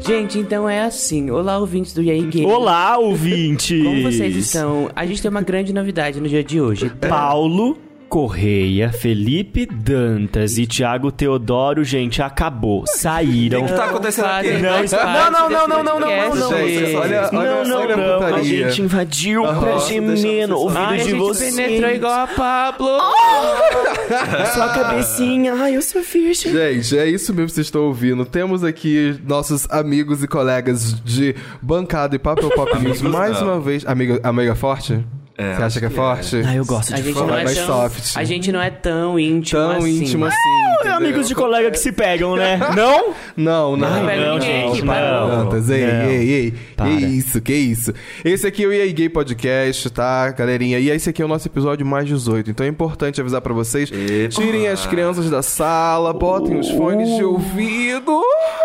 Gente, então é assim. Olá, ouvintes do Yay Game. Olá, ouvintes! Como vocês estão? A gente tem uma grande novidade no dia de hoje. Paulo Correia, Felipe Dantas e Thiago Teodoro, gente, acabou. Saíram. O Ah, que tá acontecendo aqui? Fazem mais Não, parte não, não, desse não, não, não, podcast. não, não, gente, olha- não, não, olha a não. A putaria. gente invadiu o Aham. Pragimeno, Deixa eu- Ai, ouvido a de gente vocês. penetrou igual a Pablo. Oh! Só a cabecinha. Ai, eu sou virgem. Gente, é isso mesmo que vocês estão ouvindo. Temos aqui nossos amigos e colegas de bancada e papel pop news mais não. uma vez. Amiga, amiga forte? Você acha que é forte? Ai, Ah, eu gosto A de gente, falar. não é mais tão, soft. a gente não é tão íntimo Tão assim. íntima assim. É amigos de colega que se pegam, né? Não? Não, não. Não, velho, ninguém aqui, parou. Dantas, ei, Não. ei, ei. Para. Que isso, que isso. Esse aqui é o EA Gay Podcast, tá, galerinha? E esse aqui é o nosso episódio mais 18. Então é importante avisar pra vocês. Eita. Tirem as crianças da sala, botem os fones de ouvido.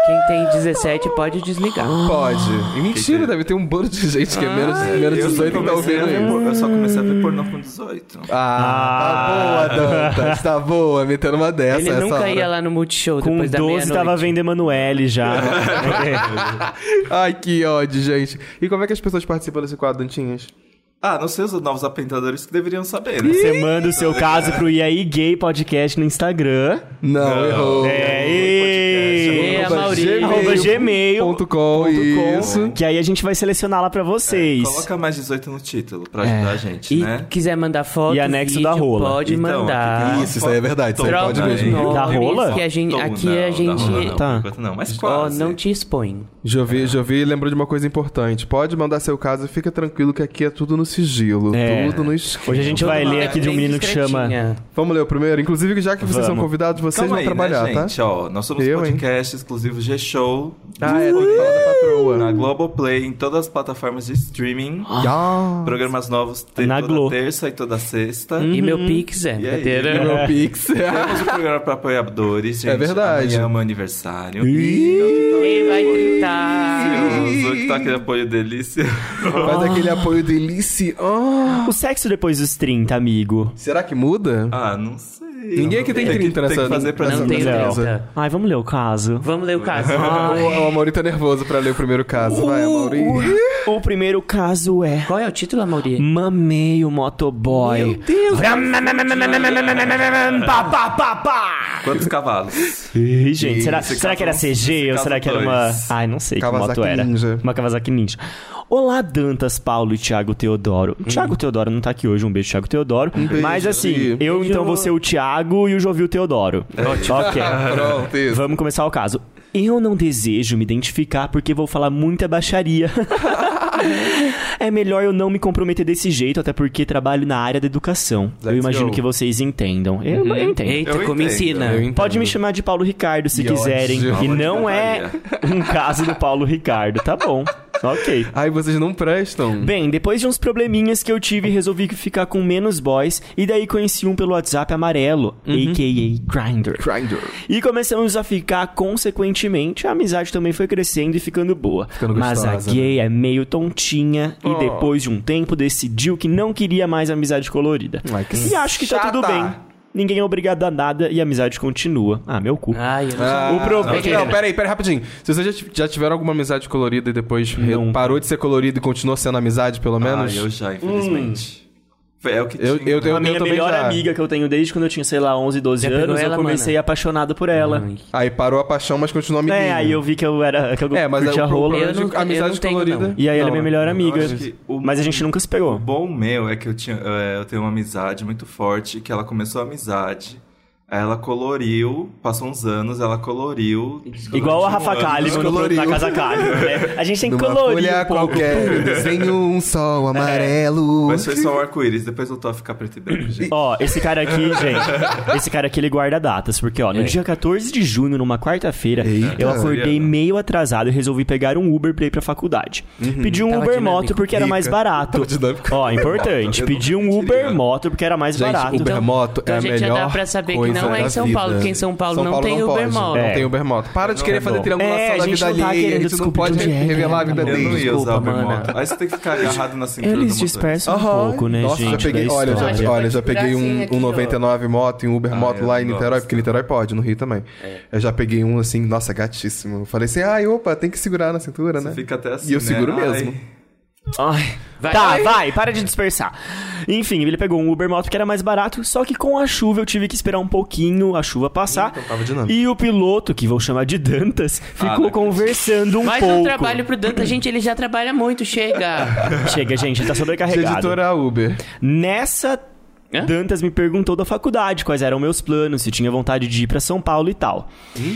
Quem tem 17 pode desligar. Pode. E mentira, deve ter um bando de gente que é menos, menos Ah, Eu só 18 que tá comecei a ouvindo ver isso. por- Eu só comecei a ver pornô com 18. Ah, tá boa, Dantas. Tá boa, metendo uma dessa. Ele essa nunca hora. ia lá no Multishow Com depois da 12 tava meia-noite. vendo Emanuele já. Ai, que ódio, gente. E como é que as pessoas participam desse quadro, Dantinhas? Ah, não sei os novos aprendedores que deveriam saber, né? Você manda o seu caso pro IAI Gay Podcast no Instagram. Não, errou. É, podcast, e- é, arroba Mauri. arroba gmail.com, isso. Que aí a gente vai selecionar lá pra vocês. Coloca mais 18 no título pra ajudar a gente, É. E né? quiser mandar foto, E anexo vídeo, da rola. pode Então, aqui mandar. tem Isso, isso aí é verdade, isso aí Tom, pode né? mesmo. Troca os Da nomes, rola? Que a gente, Tom, aqui não, a da gente... rola não, Tá. por enquanto não, mas Ó, quase. não te expõe. Jovi, Jovi lembrou de uma coisa importante. Pode mandar seu caso, fica tranquilo que aqui é tudo no sigilo, É. tudo no esquema. Hoje a gente vai ler aqui de um menino que chama. Vamos ler o primeiro. Inclusive, já que vocês são Vamos. convidados, vocês Calma vão aí, trabalhar, né, tá? gente? Ó, nós somos Eu, hein? podcast exclusivo G-Show. Ah, é, tem que falar da patroa. Na Globoplay, em todas as plataformas de streaming. Ah, Programas novos te- Na toda Glo. terça e toda sexta. Uhum. E meu pix é. E aí? brincadeira. meu Pix. Temos um programa para apoiadores, gente. É verdade. Amanhã é meu aniversário. Quem vai gritar? O que tá aquele apoio delícia. Faz aquele apoio delícia. Ah. O sexo depois dos 30, amigo. Será que muda? Ah, não sei. Ninguém aqui tem 30 que, nessa. Tem que fazer pra nessa Não tenho mesa. certeza. trinta. Ai, vamos ler o caso. Vamos ler o caso. O, o Amaury tá nervoso pra ler o primeiro caso. Vai, Amaury. O primeiro caso é. Qual é o título, Amaury? Mamei o motoboy. Meu Deus! pá, pá, pá, pá. Quantos cavalos? Ih, gente, será, Esse será que era caso- CG esse ou caso será que era uma. dois. Ai, não sei Kawasaki que moto era. Ninja. Uma Kawasaki Ninja. Olá, Dantas, Paulo e Thiago Teodoro. O Thiago Teodoro não tá aqui hoje, um beijo, Thiago Teodoro. Mas assim, Hum. Beijo. eu então vou ser o Thiago e o Jovil Teodoro. Ok. Pronto, É. Ah, isso. Vamos começar o caso. Eu não desejo me identificar porque vou falar muita baixaria. é melhor eu não me comprometer desse jeito, até porque trabalho na área da educação. eu Let's imagino go. que vocês entendam. Eu, eu entendo. Uhum. Eita, Eu como entendo, ensina. eu entendo. Pode me chamar de Paulo Ricardo se E quiserem, ódio. que Não, não é um caso do Paulo Ricardo, tá bom? Ok. Ai, vocês não prestam. Bem, depois de uns probleminhas que eu tive, resolvi ficar com menos boys e daí conheci um pelo WhatsApp amarelo, Uhum. aka Grindr. Grindr. E começamos a ficar consequentemente, a amizade também foi crescendo e ficando boa. Ficando Mas a gostosa, né? gay é meio tontinha Oh. e depois de um tempo decidiu que não queria mais amizade colorida. Ai, que e acho que tá chata. tudo bem. Ninguém é obrigado a nada e a amizade continua. Ah, meu cu. Ai, eu não Ah, O problema- é Não, peraí, peraí, rapidinho. Se vocês já, ti- já tiveram alguma amizade colorida e depois re- Não. parou de ser colorido e continuou sendo amizade, pelo menos? Hum. Ah, eu já, infelizmente. É o que Eu- tinha. eu tenho- A minha também melhor já. amiga que eu tenho desde quando eu tinha, sei lá, 11, 12 Já pegou anos, ela, eu comecei mana? apaixonado por ela. Ai. Aí parou a paixão, mas continua amiguinho. É, aí eu vi que eu era que eu É, mas curtia é o rola. problema de Eu não- eu amizade não tenho, colorida. não. E aí ela é minha melhor eu amiga. acho que o- Mas a gente nunca se O pegou. bom meu é que eu, tinha, é, eu tenho uma amizade muito forte, que ela começou a amizade, aí ela coloriu, passou uns anos, ela coloriu. Igual a durante um Rafa ano. Kalimann no- descoloriu. na Casa Kalimann, né? A gente tem que Numa colorir folha um pouco. É. qualquer, desenho um sol amarelo. Mas foi só um arco-íris, depois voltou a ficar preto e branco, gente. Ó, esse cara aqui, gente, esse cara aqui ele guarda datas, porque ó, no dia 14 de junho, numa quarta-feira, É. Eita. eu acordei Mariana. meio atrasado e resolvi pegar um Uber pra ir pra faculdade. Pedi um Tava Uber moto dinâmico. porque era mais Rica. barato. Uhum. Tava dinâmico. Ó, importante, Eu pedi um nunca Uber diria. moto porque era mais né? Gente, barato. Uber Então- moto então é a a gente já dá melhor pra saber que coisa não é em da São vida. Paulo, porque em São Paulo não tem pode, Ubermall. Não É. tem Ubermoto. Para de Não querer é fazer bom. triangulação É, a da gente vida não tá alheia. querendo, a gente não desculpa, pode de né? onde é, revelar a vida cara, tá Eu não deles. ia usar Desculpa, o bermoto. mana. Aí você tem que ficar agarrado na cintura Eles do motorista. dispersam um pouco, né, Nossa, gente? já É peguei, da olha, já, história. olha, já Pode peguei um, segurar assim um aqui, ó. 99 moto e um Uber Ah, É. moto eu lá em gosto. Niterói, porque Niterói pode, no Rio também. Eu já peguei um assim, nossa, gatíssimo. Eu Falei assim, ai, opa, tem que segurar na cintura, né? Você fica até assim, E eu né? seguro Ai. mesmo. Ai. Tá, vai, para de dispersar. Enfim, ele pegou um Uber Moto que era mais barato, só que com a chuva eu tive que esperar um pouquinho a chuva passar. então tava Ah, de nada. e o piloto, que vou chamar de Dantas, não ficou acredito. conversando um Mais pouco. um trabalho pro Danta. Gente, ele já trabalha muito, chega. Chega, gente, tá sobrecarregado. Editora é Uber. Nessa, Hã? Dantas me perguntou da faculdade quais eram meus planos, se tinha vontade de ir pra São Paulo e tal.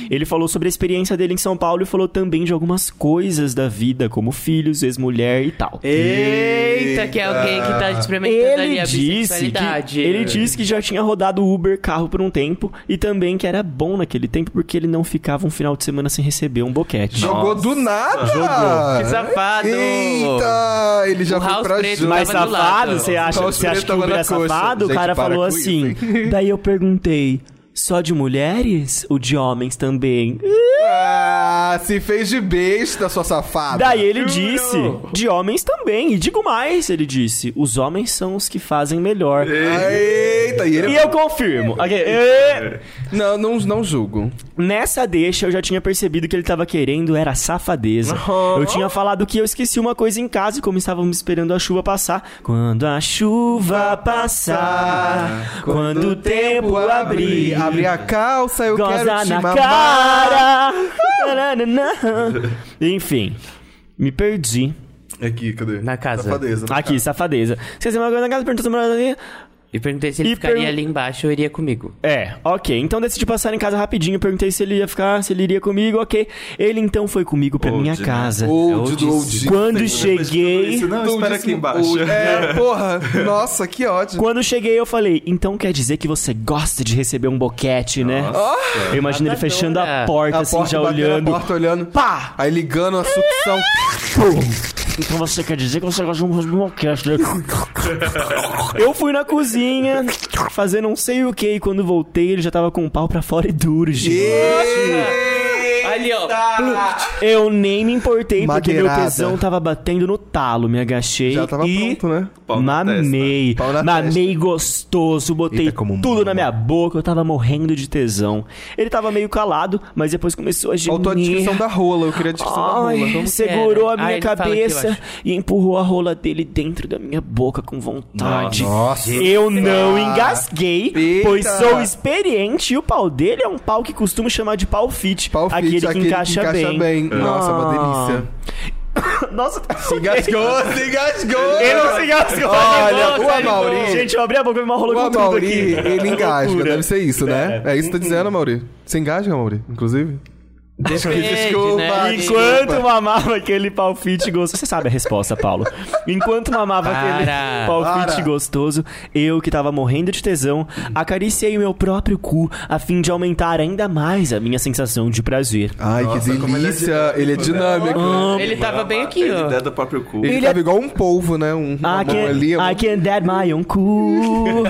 Ele falou sobre a experiência dele em São Paulo e falou também de algumas coisas da vida, como filhos, ex-mulher e tal. Eita, que é alguém que tá experimentando ali Ele a disse, bissexualidade. que, ele disse que já tinha rodado Uber carro por um tempo e também que era bom naquele tempo porque ele não ficava um final de semana sem receber um boquete. Jogou do nada! Jogou. Que safado! Eita! Ele já O foi House pra Preto tá junto. tava Mas do lado. safado, você acha, Só os você acha pretos que o Uber tava é na coxa. safado? o Gente, cara para falou com assim. isso, Daí eu perguntei, só de mulheres? O de homens também. Ah, se fez de besta, sua safada. Daí ele disse, de homens também. E digo mais, ele disse, os homens são os que fazem melhor. Eita, e ele... E eu confirmo. Ok, é. Não, não, não julgo. Nessa deixa eu já tinha percebido que ele tava querendo era safadeza. Oh. Eu tinha falado que eu esqueci uma coisa em casa e como estávamos esperando a chuva passar. Quando a chuva passar, quando o tempo abrir, Abrir a calça, eu goza quero te na mamar. cara. Taranana. Enfim, me perdi. Aqui, cadê? Na casa. Safadeza. né, na Aqui, safadeza. Esqueci uma coisa na casa, perguntou sobre minha E perguntei se ele E ficaria pergun- ali embaixo ou iria comigo. É, ok. Então decidi passar em casa rapidinho. Perguntei se ele ia ficar, se ele iria comigo, ok. Ele então foi comigo pra Old, minha né? casa. Old, do old. Quando Depois de tudo cheguei. isso, né? Não, espera aqui embaixo. Old. É, porra. Nossa, que ódio. Quando cheguei, eu falei, então quer dizer que você gosta de receber um boquete, né? Eu imagino ele fechando a Matadora. porta, assim, já batendo olhando. A porta olhando. Pá! Aí ligando a sucção. Então você quer dizer que você gosta de um boquete, né? eu fui na cozinha, fazendo não sei o que, e quando voltei, ele já tava com o pau pra fora e duro, gente. Ali, ó. Eu nem me importei, porque Madeirada. meu tesão tava batendo no talo. Me agachei Já tava e pronto, né? Pau na mamei. Pau na Mamei gostoso, botei Eita, como tudo mama. na minha boca. Eu tava morrendo de tesão. Ele tava meio calado, mas depois começou a gemir. Faltou a descrição da rola. Eu queria a descrição Ai, da rola. então. Vamos- segurou Sério. a Ah, minha ele fala aqui, eu cabeça acho. e empurrou a rola dele dentro da minha boca com vontade. Nossa. Eu não engasguei, Eita. pois sou experiente e o pau dele é um pau que costumo chamar de pau fit. Pau fit, aquele, que encaixa, bem. Nossa, uma Ah. delícia. Nossa, tá Se engasgou, se engasgou. Ele não se engasgou. Olha, ele o ele Amauri- Gente, eu abri a boca e me enrolou com O tudo aqui. Amauri, ele tá engasga. Loucura. Deve ser isso, né? É isso que tá dizendo, Amauri? Você engasga, Amauri, inclusive? Desculpa, né? Enquanto mamava aquele palfite gostoso. Você sabe a resposta, Paulo. Enquanto mamava Para. aquele palfite Para. gostoso, eu que tava morrendo de tesão, acariciei o meu próprio cu a fim de aumentar ainda mais a minha sensação de prazer. Ai, que Nossa, como ele é delícia. Ele é dinâmico. Hum. Ele tava tá bem aqui, Ele ó. der do próprio cu. é Ele, tava igual um polvo, né? Um, uma I mão can, ali. uma- I can dead my own cool.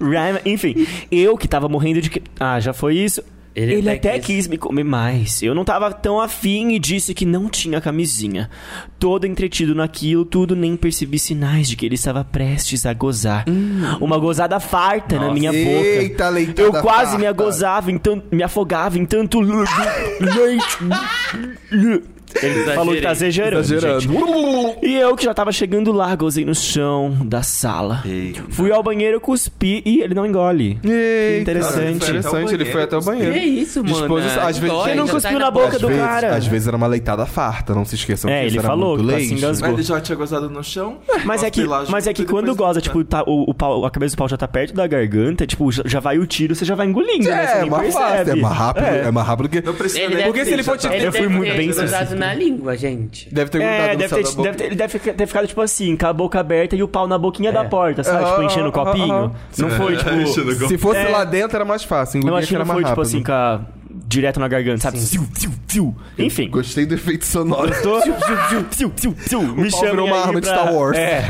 Rhyme- Enfim, eu que tava morrendo de. que- Ah, já foi isso. Ele, Ele até até quis. me comer mais. Eu não tava tão afim e disse que não tinha camisinha. Todo entretido naquilo, tudo nem percebi sinais de que ele estava prestes a gozar. Uma gozada farta na minha boca. Eita, leitada Eu quase me farta. agozava, em tan- me afogava em tanto lu- lu- leite. Ele falou que tá exagerando. Exagerando. gente. E eu que já tava chegando lá, gozei no chão da sala. Eita. Fui ao banheiro, cuspi e ele não engole. Eita, Interessante. Interessante, ele foi até o banheiro. Que isso, mano? Disposição- às vezes- Dói, Ele não já cuspiu sai na boca boca Às do vezes, cara. às vezes era uma leitada farta, não se esqueçam É, que ele isso era falou muito que ela leite. se engasgou. Mas ele já tinha gozado no chão. Mas é, que, Nossa, mas é que e depois quando goza, tá- tipo, tá- o, o pau- a cabeça do pau já tá perto da garganta, tipo, já, já vai o tiro, você já vai engolindo, né? Você É, nem mais fácil, percebe. é mais rápido, é, mais rápido que... Não precisa Ele nem- deve Porque se ter- ele for te- né? ele Eu fui deve muito ter bem usado específico. na língua, gente. Deve ter grudado É, no deve céu ter, da boca. deve ter- ele deve ficar- ter ficado, tipo assim, com a boca aberta e o pau na boquinha da porta, sabe? Aham, tipo, enchendo o aham, copinho. aham. É, Não foi, Enchendo tipo... o Se fosse É. lá dentro era mais fácil, Eu engolir acho que era não mais foi, tipo rápido. assim, com a... Direto na garganta, sabe? Fiu, fiu, fiu. Enfim. Gostei do efeito sonoro. Tô... Fiu, fiu, fiu, fiu, fiu, fiu. Me pau chamem virou uma aí arma de pra- Star Wars. É.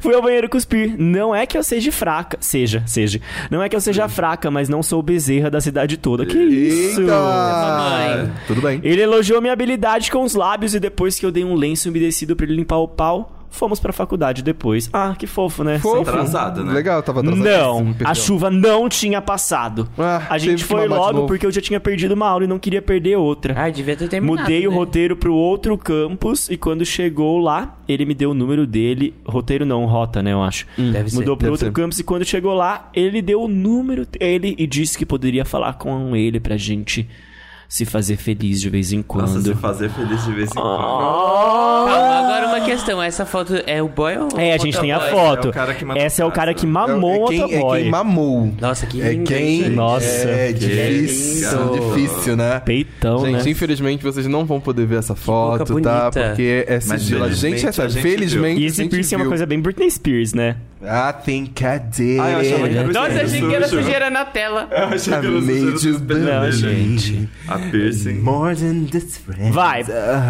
Fui ao banheiro cuspir. Não é que eu seja fraca. Seja, seja. Não é que eu seja fraca, mas não sou bezerra da cidade toda. Que É isso? Eita! Tudo bem. Ele elogiou minha habilidade com os lábios e depois que eu dei um lenço umedecido pra ele limpar o pau, fomos pra faculdade depois. Ah, que fofo, né? Fofo. Sempre. Atrasada, né? Legal, tava atrasado. Não, a chuva não tinha passado. Ah, a gente teve que foi mamar de logo novo. porque eu já tinha perdido uma aula e não queria perder outra. Ah, devia ter terminado. Mudei o né? roteiro pro outro campus e quando chegou lá, ele me deu o número dele. Roteiro não, rota, né, eu acho. Deve ser. Mudou pro deve outro ser. campus e quando chegou lá, ele deu o número dele e disse que poderia falar com ele pra gente se fazer feliz de vez em quando. Nossa, se fazer feliz de vez em quando. Ah. Calma, agora uma questão. Essa foto é o boy ou É, a gente tem a motoboy? foto. É o cara que mamou Essa é o cara que É- mamou é, o quem, é motoboy. quem mamou. Nossa, que É lindo, quem? gente. Nossa, É difícil, lindo. difícil, né? Peitão, gente, né? infelizmente vocês não vão poder ver essa boca foto, tá? bonita. Porque é sigilo. A gente felizmente a recebe. gente Felizmente. E a esse gente piercing é uma viu. coisa bem Britney Spears, né? Ah, tem cadeira. Ah, eu achava que era Nossa, achei que era sujeira na tela. É. Eu achei que era Amei de sujeira Não, gente. A piercing. More than this friend. Vai,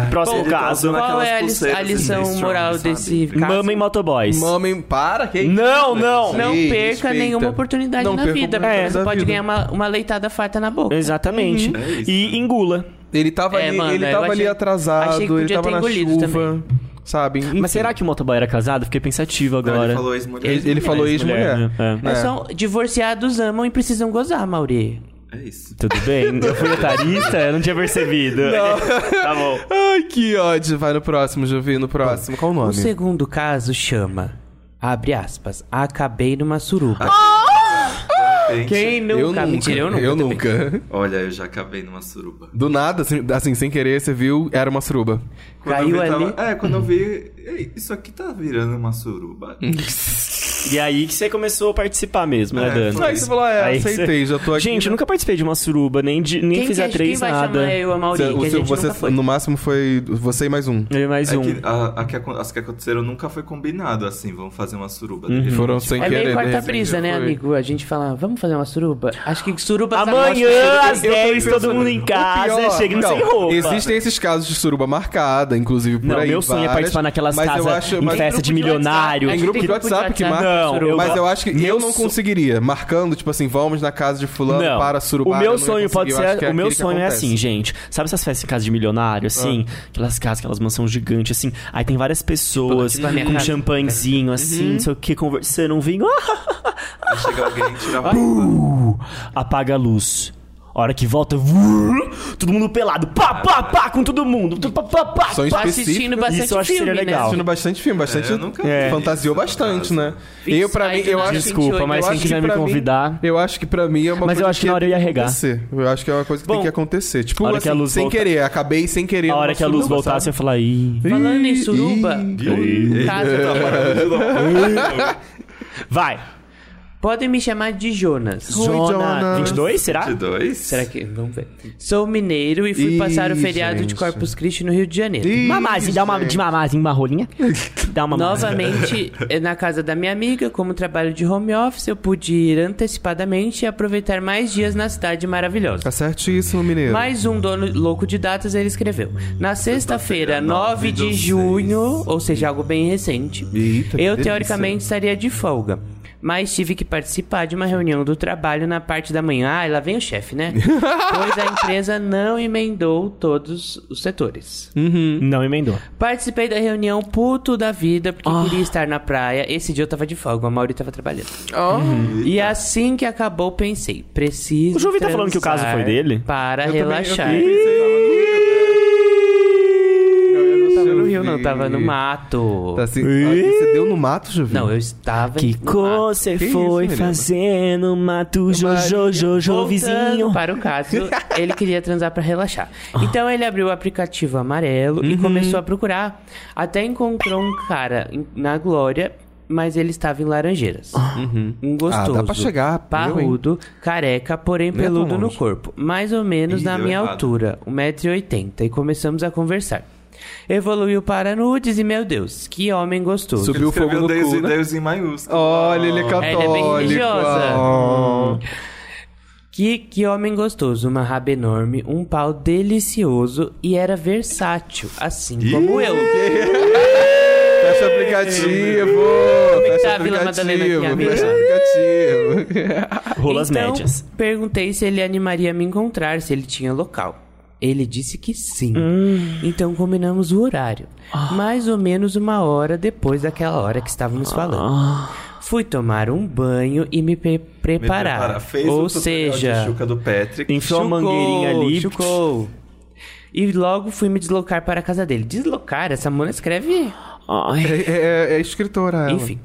próximo Bom, caso. então, Qual Aquelas é a, li- pulseiras assim, a lição Strong, moral sabe? desse caso? Mama em motoboys. Mamem, para, que Não, não. Não Ei, perca respeita. nenhuma oportunidade Não na perca vida, porque oportunidade você da pode vida. ganhar uma, uma leitada farta na boca. Exatamente. Uhum. É isso. né? E engula. Ele tava É, ali, mano, ele eu tava achei- ali atrasado, achei que ele podia tava ter na engolido chuva. Sabe? Enfim. Mas será que o motoboy era casado? Fiquei pensativo Não, agora. Ele falou ex-mulher. ele, ele falou ex-mulher? Mulher, né? Mas É. são divorciados amam e precisam gozar, Mauri. É isso. Tudo bem, eu fui otarista, eu não tinha percebido. tá bom. Ai, que ódio. Vai no próximo, Juvi, no próximo. Qual o O nome? segundo caso chama, abre aspas, acabei numa suruba. Gente, Quem nunca? Eu nunca. Mentira, eu nunca. Eu nunca. Olha, eu já acabei numa suruba. Do nada, assim, assim, sem querer, você viu, era uma suruba. Quando Caiu eu vi, ali. Tava... É, quando eu vi... "Ei, Isso aqui tá virando uma suruba. É E aí que você começou a participar mesmo, né, É, Dani? foi. Aí você falou, é, Aí aceitei, já tô aqui. Gente, eu nunca participei de uma suruba, nem, de, nem Quem, fiz que, é? a quem três vai nada. chamar eu e a Mauri? Você- que a o seu- gente você, nunca foi. no máximo, foi você e mais um. Eu e mais É um. que a, a que acon- as que aconteceram nunca foi combinado, assim, vamos fazer uma suruba. Uhum. Foram sem É querer. meio de quarta repente, brisa, né, foi. amigo? A gente fala, vamos fazer uma suruba? Acho que suruba... sabe- Amanhã, às Eu tô 10, todo pensando- mundo em O casa, pior- Ah, chega Não, sem roupa. Existem esses casos de suruba marcada, inclusive por Não, aí. meu sonho é várias, participar naquelas mas eu casas acho- em mas- festa de milionário. Acho Tem É grupo tem de WhatsApp que marca Não, suruba. eu- Mas eu acho que Meu eu não so- conseguiria. Marcando, tipo assim, vamos na casa de fulano Não. para surubar. O eu meu não ia sonho pode conseguir, eu acho que ser. é o meu aquele que sonho é acontece. Ah. assim, gente. Sabe essas festas em casa de milionário, assim? Aquelas casas, aquelas mansão gigantes, assim. Aí tem várias pessoas Tipo, tipo a minha com um casa. Uhum. champanhezinho, assim, não sei o que, conversando, um vinho. Aí chega alguém e tira a roupa. Apaga a luz. A hora que volta, vrr, todo mundo pelado. Pá, pá, pá, com todo mundo. Tu, Pá, pá, pá, Sonho pá. específico. Assistindo bastante Isso eu acho que seria filme, né? legal. Assistindo bastante filme, bastante. É, eu nunca É. vi Fantasiou isso, bastante, no né? caso. Eu, pra mim, eu acho. Desculpa, mas eu quem acho que quiser me pra mim- convidar. eu acho que pra mim é uma Mas coisa eu acho que na hora eu ia regar. acontecer. Eu acho que é uma coisa que Bom, tem que acontecer. Tipo, a hora que a assim, luz sem volta- querer, acabei sem querer. A hora numa que a luz suruba, voltasse, eu sabe? falar, ih. Falando em suruba, Ih. um Tá, caso- Vai. podem me chamar de Jonas. Oi, Zona Jonas. 22, Ah, será? De dois? Será que. Vamos ver. Sou mineiro e fui passar o Ih, feriado de gente. Corpus Christi no Rio de Janeiro. Ih, Mamazinho, dá uma gente. de mamazinho, uma rolinha. Dá uma Novamente, eh, na casa da minha amiga, como trabalho de home office, eu pude ir antecipadamente e aproveitar mais dias na cidade maravilhosa. Tá certíssimo, mineiro. Mais um dono louco de datas, ele escreveu. Na sexta-feira, Sexta-feira, 9 nove de do junho, seis. ou seja, algo bem recente, Eita, que eu delícia. teoricamente estaria de folga. Mas tive que participar de uma reunião do trabalho na parte da manhã. Ah, e lá vem o chefe, né? pois a empresa não emendou todos os setores. Não emendou. Participei da reunião puto da vida, porque Ah. queria estar na praia. Esse dia eu tava de folga, a Mauri tava trabalhando. Ó. E assim que acabou, pensei, preciso. Ah. O João Vitor tá falando que o caso transar foi dele? Para Eu também- eu relaxar. também pensei, tava no Rio, né? Eu tava no Rio, Juvi. não, eu tava no mato. Tá assim, ah, você deu no mato, Juvi? Não, eu estava. Que no mato. você Que foi isso, menina? fazendo um mato jojo jojo É Voltando vizinho. Para o caso, ele queria transar pra relaxar. Então ele abriu o aplicativo amarelo Uhum. e começou a procurar. Até encontrou um cara em- na Glória, mas ele estava em Laranjeiras. Um gostoso. Ah, dá pra chegar, eu, hein? Parrudo, careca, porém é tão peludo no longe. corpo. Mais ou menos Ih, na deu minha errado. altura, 1,80m. E começamos a conversar. Evoluiu para nudes e, meu Deus, que homem gostoso. Subiu o fogo Escreveu no Deus e cu, né? Deus em maiúsculo. Olha, ele é católico. Ela é bem Hum. religiosa. ó. Que, que homem gostoso, uma raba enorme, um pau delicioso e era versátil, assim como eu. Tá Fecha o aplicativo! Fecha o tá a Vila aplicativo! Madalena aqui, Fecha o aplicativo! Rolas então, médias. Perguntei se ele animaria a me encontrar, se ele tinha local. Ele disse que sim. Hum. Então combinamos o horário. Ah. Mais ou menos uma hora depois daquela hora que Ah. estávamos falando. Fui tomar um banho e me pre- Me preparar. prepara. um Fez ou o tutorial seja, de Chuca do Patrick. Enfiou a Chucou, mangueirinha ali. chucou. E logo fui me deslocar para a casa dele. Deslocar? Essa mona escreve Ai. É, é- é escritora ela. enfim.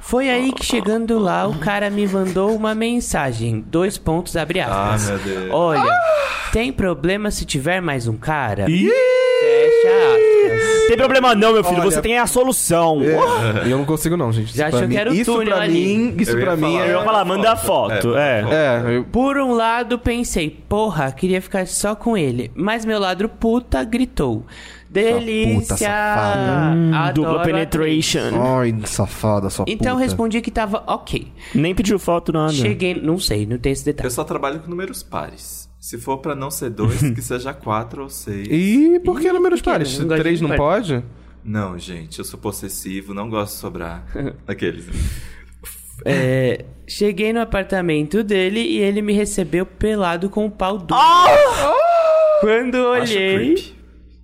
Foi aí que chegando lá, o cara me mandou uma mensagem. Dois pontos, abre aspas. Ah, meu Deus. Olha, tem problema se tiver mais um cara? Fecha aspas. Tem problema não, meu filho. Olha- Você tem a solução. É, Ué, eu não consigo não, gente. Já Isso pra achou que mim- era o Isso túnel pra ali. mim, isso Eu ia pra mim falar, é... Eu ia falar, manda a foto. É. É, eu- Por um lado, pensei, porra, queria ficar só com ele. Mas meu lado puta gritou. Delícia! safada. Adoro Dupla a atriz." penetration. Ai, safada, sua Então puta. respondi que tava ok. Nem pediu foto, nada. Cheguei, não sei, não tem esse detalhe. Eu só trabalho com números pares. Se for pra não ser dois, que seja quatro ou seis. E por que números por que pares? não? Não gosto Três de não número pode? Não, gente, eu sou possessivo, não gosto de sobrar. Aqueles. É, cheguei no apartamento dele e ele me recebeu pelado com o pau duro. Ah! Quando Acho olhei, creepy.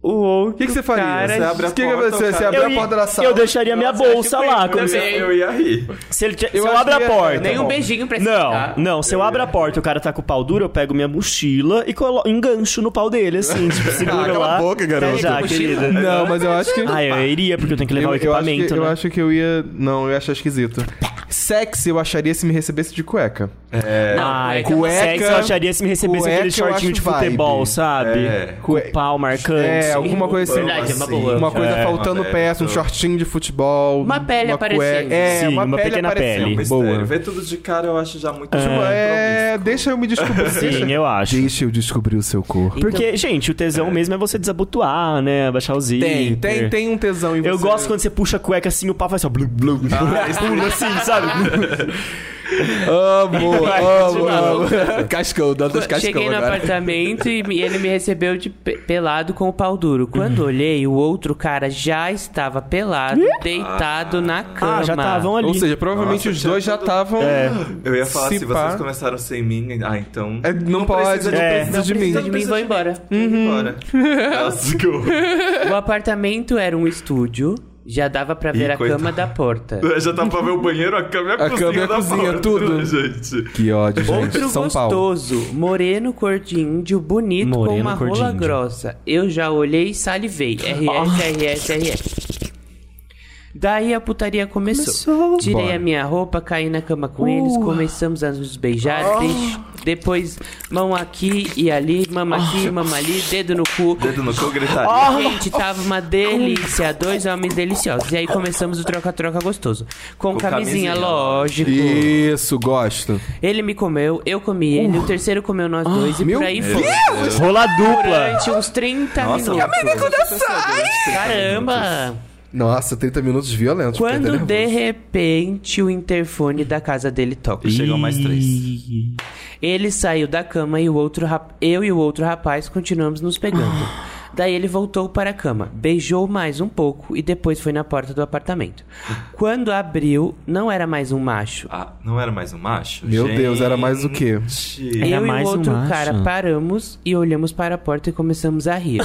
o outro O que, que você faria? cara... você abre a O porta, que que que você- você, você abre abre Eu, a ia- porta da sala? eu deixaria minha Nossa, bolsa acho lá. creepy. Como se, Eu ia rir. se ele tia- se Eu eu, acho abro que a ia- porta. Nem um Bom. beijinho pra esse cara. Tá Não, não. Se eu abro a porta e o cara tá com o pau duro, eu pego minha mochila e colo... engancho no pau dele, assim. Tipo, seguro cala lá. a boca, garoto. Já, Mochila. querida. Não, mas eu acho que... Ah, eu iria, porque eu tenho que levar o eu, eu acho equipamento, que, né? eu acho que eu ia... Não, eu ia achar esquisito. Sexy eu acharia se me recebesse de cueca. Ai, cueca- cueca, sexo Ah, é eu acharia se me recebesse é cueca aquele eu shortinho acho de tipo futebol, vibe. sabe? É. Com o pau marcante. É, alguma coisa assim. Verdade, é uma boa. Uma coisa É, faltando uma peça, um pele. shortinho de futebol. Uma pele uma aparecendo. cueca. É, Sim, uma, uma pele pequena aparecendo. É pele. Boa. é Boa. Ver um tudo de cara eu acho já muito. É, promíscuo. deixa eu me descobrir. Sim, eu acho. Deixa eu descobrir o seu Então, corpo. Porque, gente, o tesão mesmo é você desabotoar, né? Abaixar o zíper. Tem, tem, tem um tesão em você. Ah. Eu gosto quando você puxa a cueca assim, o pau faz assim, ó, blu, blu, blu, pula assim, sabe? Amo, Vai, amo, continua. amo. Cascão, Dantas Cascão Cheguei no agora. apartamento e me- ele me recebeu de pe- pelado com o pau duro. Quando olhei, o outro cara já estava pelado, deitado na cama. ah, já estavam ali. É. Ou seja, provavelmente Nossa, os já dois já tudo- estavam... Eu ia falar, se, pá. vocês começaram sem mim, ah, então. É, não pode, precisa não É. precisa Não de precisa mim. de mim, vou embora. Uhum. Bora. Nossa, que horror. O apartamento era um estúdio, já dava pra ver a coitado. cama da porta. Já tá pra ver o banheiro, a cama e a, A cozinha. cama e a da cozinha, porta, tudo. né, gente. Que ódio, gente. Outro São Paulo. gostoso, moreno cor de índio, bonito, com Moreno uma cor de rola índio. grossa. Eu já olhei e salivei. RS, RS, RS. Daí a putaria começou. Começou. Tirei Bora. a minha roupa, caí na cama com eles, começamos a nos beijar. deix- Depois, mão aqui e ali, mama aqui, mama ali, dedo no cu. Dedo no cu, gritaria. Gente, tava uma delícia. Dois homens deliciosos. E aí começamos o troca-troca gostoso. Com, Com camisinha, camisinha. lógico. Isso, gosto. Ele me comeu, eu comi ele, o terceiro comeu nós dois e Uh. Ah, meu por aí foi. Rola dupla. Durante uns 30 Nossa, minutos. aconteceu. Caramba! Nossa, 30 minutos violentos. fiquei até Quando nervoso. de repente o interfone da casa dele toca. Chegam mais três. Ih. Ele saiu da cama e o outro rap- eu e o outro rapaz continuamos nos pegando. Daí ele voltou para a cama, beijou mais um pouco e depois foi na porta do apartamento. Quando abriu, não era mais um macho. Ah, não era mais um macho? Meu Deus, era mais o quê? Gente. Era eu e mais o um outro macho. cara paramos e olhamos para a porta e começamos a rir.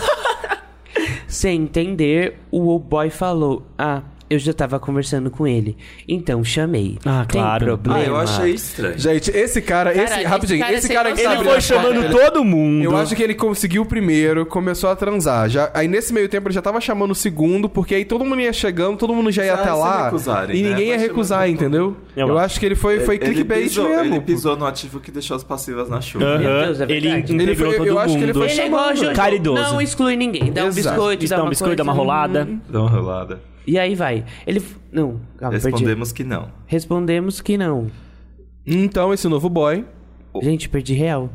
Sem entender, o boy falou: Ah, eu já tava conversando com ele. Então chamei. Ah, Tem claro. problema. Ah, eu achei estranho. Gente, esse cara, Cara, esse, esse rapidinho, cara esse sem cara que noção. Ele Abre foi a chamando porta. todo mundo. é Eu acho que ele conseguiu o primeiro, começou a transar. Já, aí nesse meio tempo ele já tava chamando o segundo, porque aí todo mundo ia chegando, todo mundo já ia Ah, até se lá. recusarem, e né? ninguém ia Vai chamando recusar, todo mundo. entendeu? Eu Eu, acho. acho que ele foi, foi clickbait ele pisou, mesmo. Ele pisou no ativo que deixou as passivas na chuva. Aham. Meu Deus, é ele verdade. integrou Ele foi- todo eu acho que ele mundo. foi Ele é igual a Jojo, Caridoso. Não exclui ninguém. Dá um Exato. biscoito, dá Dá um uma biscoito, dá uma coisa. hum, rolada. Dá uma rolada. E aí vai. Ele. f- Não, Ah, calma, perdi. Respondemos que não. Respondemos que não. Então, esse novo boy Gente, perdi real.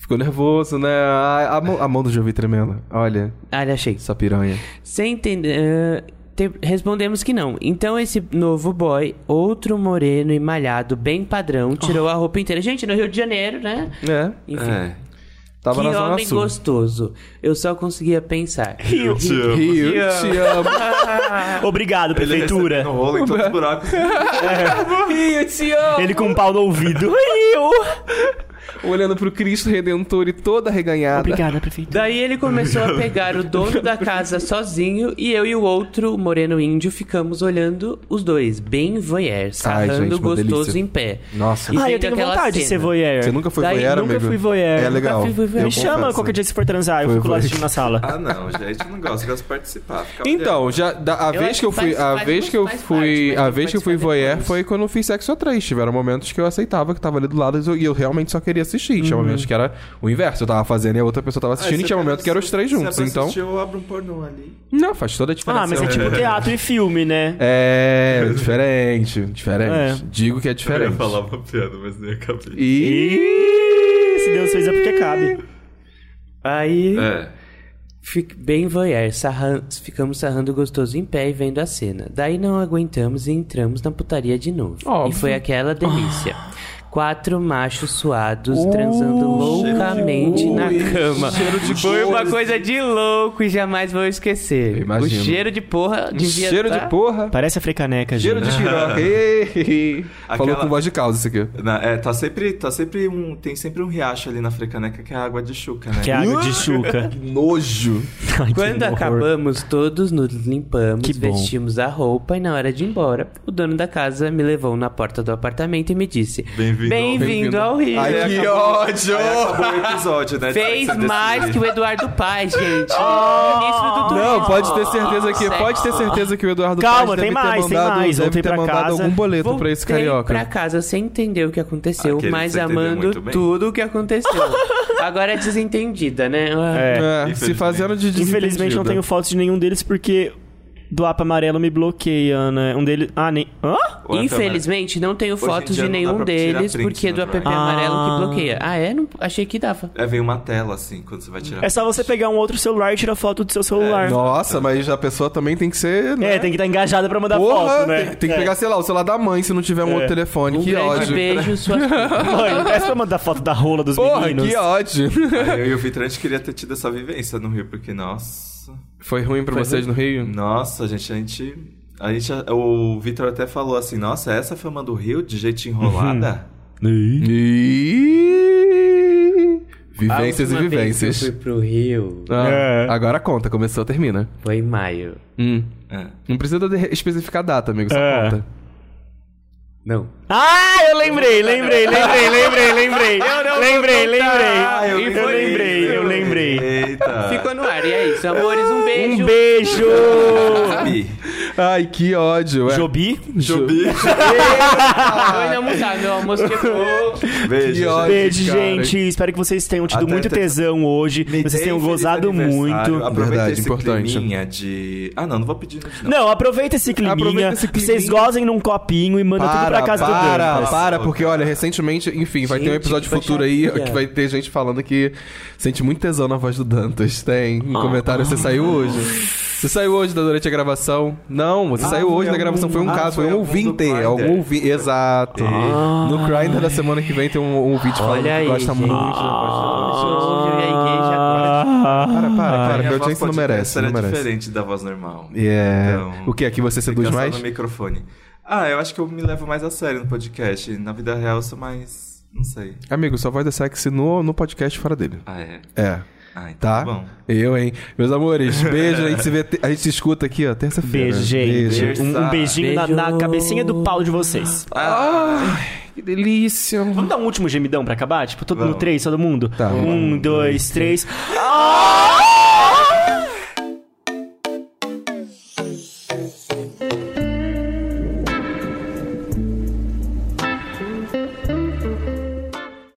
ficou nervoso, né? A, a mão- a mão do Jovi tremendo. Olha, Ah, ele achei. essa piranha. Sem entender. ah, te- respondemos que não. Então esse novo boy, outro moreno e malhado, bem padrão, tirou a roupa inteira. Gente, no Rio de Janeiro, né? Né? Enfim. É. Tava que na Zona homem Sul. gostoso. Eu só conseguia pensar. Rio. Te amo. Rio, te amo. Obrigado, Ele prefeitura. recebe No rolo em todos os buracos. Rio, te amo. Ele com um pau no ouvido. Rio. Olhando pro Cristo Redentor e toda arreganhada. Obrigada, prefeitura. Daí ele começou a pegar o dono da casa sozinho e eu e o outro, o moreno índio, ficamos olhando os dois, bem voyeur, sarrando gente, uma gostoso delícia. em pé. Nossa. E Ah, vendo eu tenho aquela vontade de ser cena. voyeur. Você nunca foi Daí, voyeur, nunca amigo? fui voyeur. É legal. fui voyeur. Eu Me chama confesso. qualquer dia se for transar. Eu Foi fico lá voyeur. assistindo na sala. Ah, não, gente, não gosto, gosto de participar. ficar olhando. Então, já da- a Eu vez acho que eu que fui, faz- a faz- vez que eu faz fui, parte, a mas vez que eu fui participar voyeur depois. foi quando eu fiz sexo atrás. Tiveram momentos que eu aceitava que tava ali do lado e eu- e eu realmente só queria assistir. Tinha momentos que era o inverso, eu tava fazendo e a outra pessoa Ah, tava assistindo e se tinha é pra momentos que eram os três se é juntos, pra então. assistir, Eu abro um pornô ali. Não, faz toda a diferença. Ah, mas é tipo teatro e filme, né? É, diferente, diferente. É. Digo que é Eu diferente. ia falar uma piada, mas nem acabei. E Ih, Se Deus fez é porque cabe. Aí, É. fic- bem voyeur, sarran- ficamos sarrando gostoso em pé e vendo a cena. Daí não aguentamos e entramos na putaria de novo. Óbvio. E foi aquela delícia. Quatro machos suados transando loucamente na ui, cama. cheiro de Foi uma porra. coisa de louco e jamais vou esquecer. Eu imagino. O cheiro de porra devia cheiro tá... de porra, Parece a frecaneca, gente. cheiro de piroca. Ei, Falou Aquela- com voz de causa isso aqui. Na- é, tá sempre, tá sempre um, tem sempre um riacho ali na frecaneca que é água de chuca, né? Que é água de chuca. Nojo. Ai, que Quando horror. acabamos, todos nos limpamos, Que bom. vestimos a roupa e na hora de ir embora, o dono da casa me levou na porta do apartamento e me disse: Bem-vindo ao- "Bem-vindo ao Rio. Ai, que acabou- ódio! Aí acabou o episódio, né? Fez Tem que mais decidir. que o Eduardo Paz, gente. Ministro do turismo. Não, pode ter certeza que, pode ter certeza que o Eduardo Oh, Calma, Paes deve tem mais, ter tem mandado, mais. deve Voltei ter pra mandado casa. algum boleto pra esse Voltei carioca. É, pra casa sem entender o que aconteceu, Aquele mas que você entendeu amando muito bem. tudo o que aconteceu. Agora é desentendida, né? Ah. É. É, se Infelizmente. fazendo de Infelizmente não tenho desentendido. fotos de nenhum deles porque do app amarelo me bloqueia, Ana. Um deles. Ah, nem. Hã? então, Ou né? é Infelizmente, não tenho Hoje em fotos dia de não dá nenhum pra tirar deles, print, porque é do né, app Brian? amarelo Ah. que bloqueia. Ah, é? Não- achei que dava. É, vem uma tela assim, quando você vai tirar. É só você pegar um outro celular e tirar foto do seu celular. É, Nossa, mas a pessoa também tem que ser. né? tem que estar engajada pra mandar Porra, foto, né? tem, tem que É. pegar, sei lá, o celular da mãe se não tiver um É. outro telefone. Um que grande ódio. beijo, suas Mãe, peça pra mandar foto da rola dos Porra, meninos. que ódio. É. Eu e o Vitor, a gente queria ter tido essa vivência no Rio, porque, nossa. Foi ruim pra vocês no Rio? Nossa, gente, a gente. A gente o Vitor até falou assim: nossa, essa foi uma do Rio de jeito enrolada? Ih, A Vivências e última vez que vivências. Eu fui pro Rio, Ah, É. Agora conta, começou, termina. foi em maio. Hum. É. Não precisa de- especificar a data, amigo, só É. conta. Não. Ah, eu lembrei, lembrei, lembrei, lembrei, lembrei. lembrei, Ah, lembrei. E Eu foi lembrei, isso. eu lembrei. Eita. Ficou no ar, e é isso. Amores, um beijo. Um beijo. Sabe? Ai, que ódio. é. Jobi? Chobi. Eu ainda mudar, meu almoço quebrou. Beijo. Que ódio. Beijo, cara. gente. Espero que vocês tenham tido Até- muito tesão hoje. Me Vocês dei tenham feliz um gozado aniversário. muito. Aproveita Verdade, esse importante. climinha de... Ah, não, não vou pedir nude, não. Não, aproveita esse climinha. Aproveita esse Vocês climinha. gozem num copinho e manda tudo pra casa né? do para, Dantas. para, porque olha, recentemente, enfim, vai ter um Gente, episódio que futuro aí baixaria. que é. vai ter gente falando que sente muito tesão na voz do Dantas. Tem um comentário, você saiu hoje. Você saiu hoje da- durante a gravação? Não, você saiu hoje da gravação. Foi um ah, caso, foi, foi um algum do ouvinte. Grindr. Algum Ah. ouvinte. Exato. No Grindr da semana que vem tem um, um vídeo falando Olha que aí, gosta gente. muito. Ah. Para, para, para. Minha Minha voz audiência não podcast merece. era Não merece. diferente da voz normal. Yeah. Então, O que? Aqui você seduz Fica só mais? no microfone. Ah, eu acho que eu me levo mais a sério no podcast. Na vida real eu sou mais... Não sei. Amigo, só vai dar sexy no, no podcast fora dele. Ah, é. É. Ah, então Tá? bom. Eu, hein? Meus amores, beijo. A gente se, vê, a gente se escuta aqui, ó, terça-feira. Beijo, gente. Beijo. Um, um beijinho na- Na, Beijo. cabecinha do pau de vocês. Que delícia. Vamos dar um último gemidão pra acabar? Tipo, todo no Vamos. três, todo mundo? Tá. Um, dois, três.